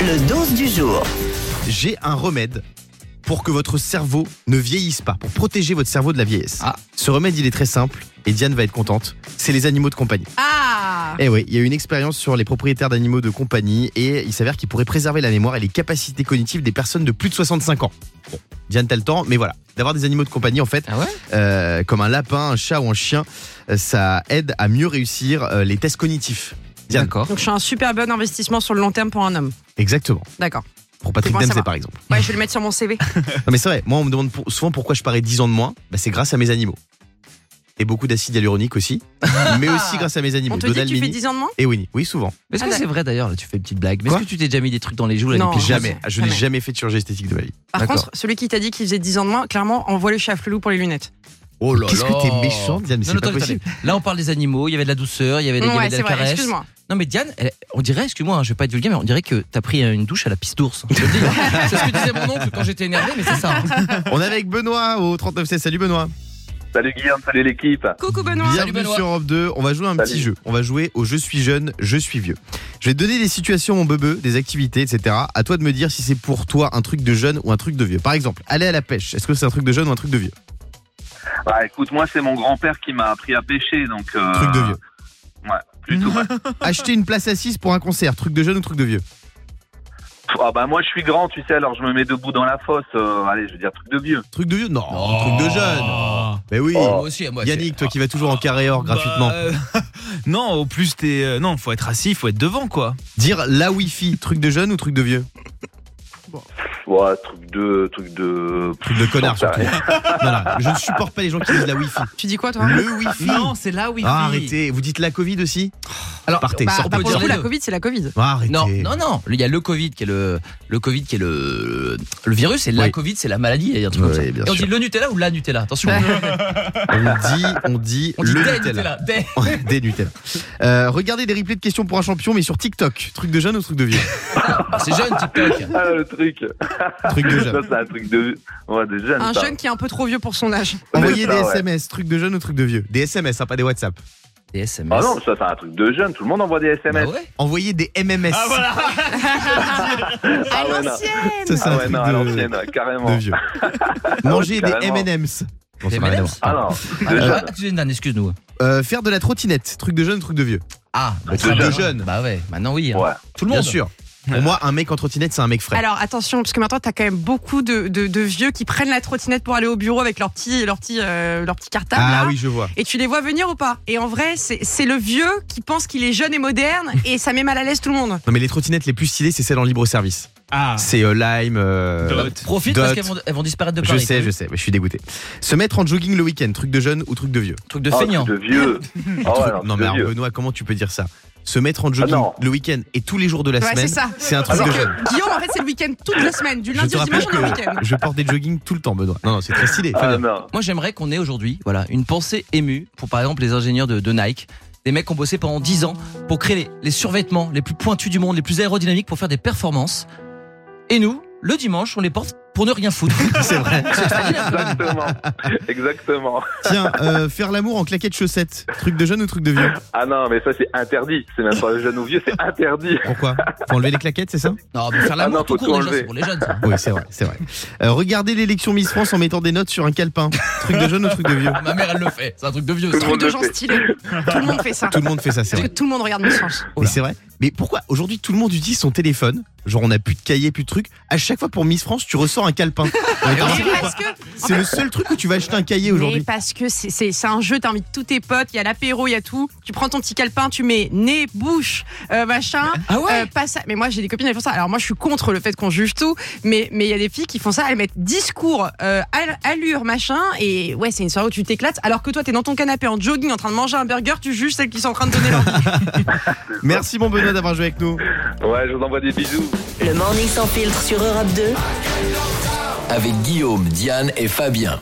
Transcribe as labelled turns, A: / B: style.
A: Le dose du jour.
B: J'ai un remède pour que votre cerveau ne vieillisse pas, pour protéger votre cerveau de la vieillesse.
C: Ah.
B: Ce remède, il est très simple et Diane va être contente. C'est les animaux de compagnie.
D: Ah
B: Eh oui, il y a eu une expérience sur les propriétaires d'animaux de compagnie et il s'avère qu'ils pourraient préserver la mémoire et les capacités cognitives des personnes de plus de 65 ans. Bon, Diane, t'as le temps, mais voilà. D'avoir des animaux de compagnie, en fait,
C: Ah ouais
B: euh, comme un lapin, un chat ou un chien, euh, ça aide à mieux réussir euh, les tests cognitifs. Diane,
C: D'accord.
D: Donc je suis un super bon investissement sur le long terme pour un homme.
B: exactement.
D: D'accord.
B: Pour Patrick
D: C'est bon à
B: Dempsey,
D: savoir.
B: par exemple.
D: Ouais, je vais le mettre sur mon CV.
B: Non mais c'est vrai, moi on me demande pour- souvent pourquoi je parais 10 ans de moins, bah, c'est grâce à mes animaux. Et beaucoup d'acide hyaluronique aussi, mais aussi grâce à mes animaux.
D: On te dit que tu fais
B: Mini
D: 10 ans de moins
B: et Winnie, oui souvent.
C: Mais Est-ce
D: Ah,
C: que c'est vrai d'ailleurs Là, tu fais une petite blague. Mais est-ce
B: Quoi
C: que tu t'es déjà mis des trucs dans les joues là, des
D: Non.
C: pigeons
B: Jamais, je n'ai
D: Oh, jamais.
B: jamais fait de chirurgie esthétique de ma vie.
D: Par
C: D'accord.
D: contre, celui qui t'a dit qu'il faisait 10 ans de moins, clairement, envoie le chaflelou pour les lunettes.
B: Oh là
C: là.
B: Diane, mais
C: Non, non, attends, attends. Là, on parle des animaux. Il y avait de la douceur, il y avait, des- il y avait
D: ouais,
C: de
D: c'est
C: la
D: vrai,
C: caresse.
D: excuse-moi.
C: Non, mais Diane, elle- on dirait, excuse-moi, hein, je vais pas être vulgaire, mais on dirait que t'as pris euh, une douche à la piste d'ours. Je te le dis, hein. c'est ce que disait mon oncle quand j'étais énervé, mais c'est ça. hein.
B: On est avec Benoît au 39C, salut Benoît.
E: Salut Guillaume, salut l'équipe.
D: Coucou Benoît
B: Bienvenue
C: Benoît.
B: sur Europe 2, on va jouer à un
E: Salut.
B: petit jeu. On va jouer au Je suis jeune, je suis vieux. Je vais te donner des situations, mon bebe, des activités, etc. À toi de me dire si c'est pour toi un truc de jeune ou un truc de vieux. Par exemple, aller à la pêche, est-ce que c'est un truc de jeune ou un truc de vieux
E: Bah écoute, moi c'est mon grand-père qui m'a appris à pêcher, donc... euh,
B: Truc de vieux.
E: Ouais, plutôt. ouais.
B: Acheter une place assise pour un concert, truc de jeune ou truc de vieux
E: Ah bah moi je suis grand, tu sais, alors je me mets debout dans la fosse. euh, allez, je veux dire truc de vieux.
B: Truc de vieux Non, truc de jeune.
F: Oh.
B: Mais oui.
C: Moi aussi, moi.
B: Yannick, toi qui vas toujours en carré or gratuitement.
F: Bah, euh, non, au plus t'es. euh, non, faut être assis, faut être devant quoi.
B: Dire la wifi, truc de jeune ou truc de vieux
E: Ouais, truc de... Truc de...
B: Truc de connard
E: J'en sais
B: surtout. voilà, je ne supporte pas les gens qui disent la wifi.
D: Tu dis quoi toi
B: Le wifi.
C: Non, c'est là où il
B: Ah, arrêtez, vous dites la Covid aussi Alors, partez,
D: Bah,
B: sortez
D: bah,
B: de
D: pour
B: ça.
D: le coup, la
C: deux.
D: Covid, c'est la Covid.
B: Ah, arrêtez.
C: Non, non, non. Il y a le Covid qui est le, le Covid qui est le, le virus et la
B: Oui.
C: Covid c'est la maladie. Il y a un truc comme
B: Oui,
C: ça.
B: bien
C: Et on
B: sûr.
C: dit le Nutella ou la Nutella. Attention.
B: On dit, on dit
C: on dit
B: le
C: des Nutella.
B: Nutella.
C: Ben, des.
B: des Nutella. Euh, regardez des replays de questions pour un champion, mais sur TikTok. Truc de jeune ou truc de vieux
C: Ah, C'est jeune TikTok.
E: Ah, le truc.
B: Truc de
E: Ça,
B: jeune.
E: c'est un truc de... Ouais, de jeune,
D: Un
E: ça.
D: jeune qui est un peu trop vieux pour son âge.
B: Envoyez
E: C'est
B: des
E: ça, ouais.
B: SMS, truc de jeune ou truc de vieux Des SMS, hein, pas des WhatsApp.
C: Des SMS.
E: Ah non, ça c'est un truc de jeune, tout le monde envoie des
C: Bah
E: SMS.
C: ouais.
B: Envoyez des MMS.
E: Ah ouais, non.
B: Ça, c'est
E: Ah
B: un
E: ouais,
B: truc
E: non, à
B: de-
E: l'ancienne, ouais,
B: de
E: carrément.
B: vieux. Manger des
E: carrément.
B: M&M's. Bon,
C: Des
B: ça n'a rien à
C: M&M's.
B: voir.
E: Ah non, de
C: Euh,
E: jeune.
C: excusez, Dan, excuse-nous.
B: Euh, faire de la trottinette, truc de jeune, truc de vieux.
C: Ah, bah,
E: De
C: très
E: jeune.
C: bien. Bah ouais, maintenant oui. hein.
E: Ouais.
C: Tout le
B: Bien
C: monde.
B: sûr. Pour moi, un mec en trottinette, c'est un mec frais.
D: Alors attention, parce que maintenant t'as quand même beaucoup de, de- de vieux qui prennent la trottinette pour aller au bureau avec leur petit, leur petit, euh, leur petit cartable.
B: Ah
D: là.
B: oui, je vois.
D: Et tu les vois venir ou pas Et en vrai, c'est c'est le vieux qui pense qu'il est jeune et moderne et ça met mal à l'aise tout le monde.
B: Non, mais les trottinettes les plus stylées, c'est celles en libre service.
F: Ah,
B: C'est euh, Lime. euh,
F: Dot.
C: Profite
B: Dot.
C: parce qu'elles vont, elles vont disparaître de
B: Je
C: Paris.
B: sais, je sais, mais je suis dégoûté. Se mettre en jogging le week-end, truc de jeune ou truc de vieux
C: Truc de
E: Ah,
C: feignant.
E: truc de vieux. Ah
B: Truc-
E: ouais, non,
B: Non,
E: truc
B: mais
E: de
B: alors,
E: vieux. Ah
B: Benoît, comment tu peux dire ça Se mettre en jogging
E: non.
B: le week-end et tous les jours de la
D: Ouais,
B: semaine,
D: c'est ça.
B: c'est un truc
D: C'est
B: de
D: que
B: jeune.
D: Guillaume, en fait, c'est le week-end toute la semaine, du
B: Je
D: lundi
B: te
D: au dimanche,
B: rappelle
D: on est au
B: que
D: week-end. Euh,
B: je porte des joggings tout le temps, Benoît. Non, non, c'est très stylé.
E: Ah
B: Fabien.
E: non.
C: Moi, j'aimerais qu'on ait aujourd'hui voilà, une pensée émue pour, par exemple, les ingénieurs de, de Nike, des mecs qui ont bossé pendant 10 ans pour créer les, les survêtements les plus pointus du monde, les plus aérodynamiques pour faire des performances. Et nous, le dimanche, on les porte pour ne rien foutre.
B: c'est vrai.
E: Exactement. Exactement.
B: Tiens, euh, faire l'amour en claquettes chaussettes, truc de jeune ou truc de vieux
E: Ah non, mais ça c'est interdit. C'est même pas jeune ou vieux, c'est interdit.
B: Pourquoi Faut enlever les claquettes, c'est ça
C: Non, mais faire l'amour
E: Ah non,
C: tout
E: faut
C: court,
E: tout
C: déjà,
E: enlever.
C: c'est pour les jeunes. ça.
B: Oui, c'est vrai, c'est vrai. Euh, regardez l'élection Miss France en mettant des notes sur un calepin. Truc de jeune ou truc de vieux
C: Ma mère, elle le fait. C'est un truc de vieux.
E: Tout
C: ça.
E: le
D: Truc
E: monde
D: de
E: le
D: gens
E: fait.
D: stylés. Tout le monde fait ça.
B: Tout le monde fait Ah, ça, c'est
D: Parce que
B: vrai.
D: tout le monde regarde mes chances.
B: Mais c'est vrai. Mais pourquoi aujourd'hui tout le monde utilise son téléphone Genre on n'a plus de cahier, plus de trucs. À chaque fois pour Miss France, tu ressors un calepin. Mais t'as remarqué ou pas
D: parce que
B: C'est le seul truc où tu vas acheter un cahier
D: Mais
B: aujourd'hui.
D: parce que c'est- c'est c'est un jeu, t'invites tous tes potes, il y a l'apéro, il y a tout. Tu prends ton petit calepin, tu mets nez, bouche, euh, machin.
C: Ah ouais
D: euh, pas ça. Mais moi, j'ai des copines, elles font ça. Alors moi, je suis contre le fait qu'on juge tout, mais mais il y a des filles qui font ça. Elles mettent discours, euh, all- allure, machin. Et ouais, c'est une soirée où tu t'éclates. Alors que toi, t'es dans ton canapé en jogging, en train de manger un burger, tu juges celles qui sont en train de donner leur.
B: Merci mon Benoît d'avoir joué avec nous.
E: Ouais, je vous envoie des bisous.
A: Le morning sans filtre sur Europe 2.
G: avec Guillaume, Diane et Fabien.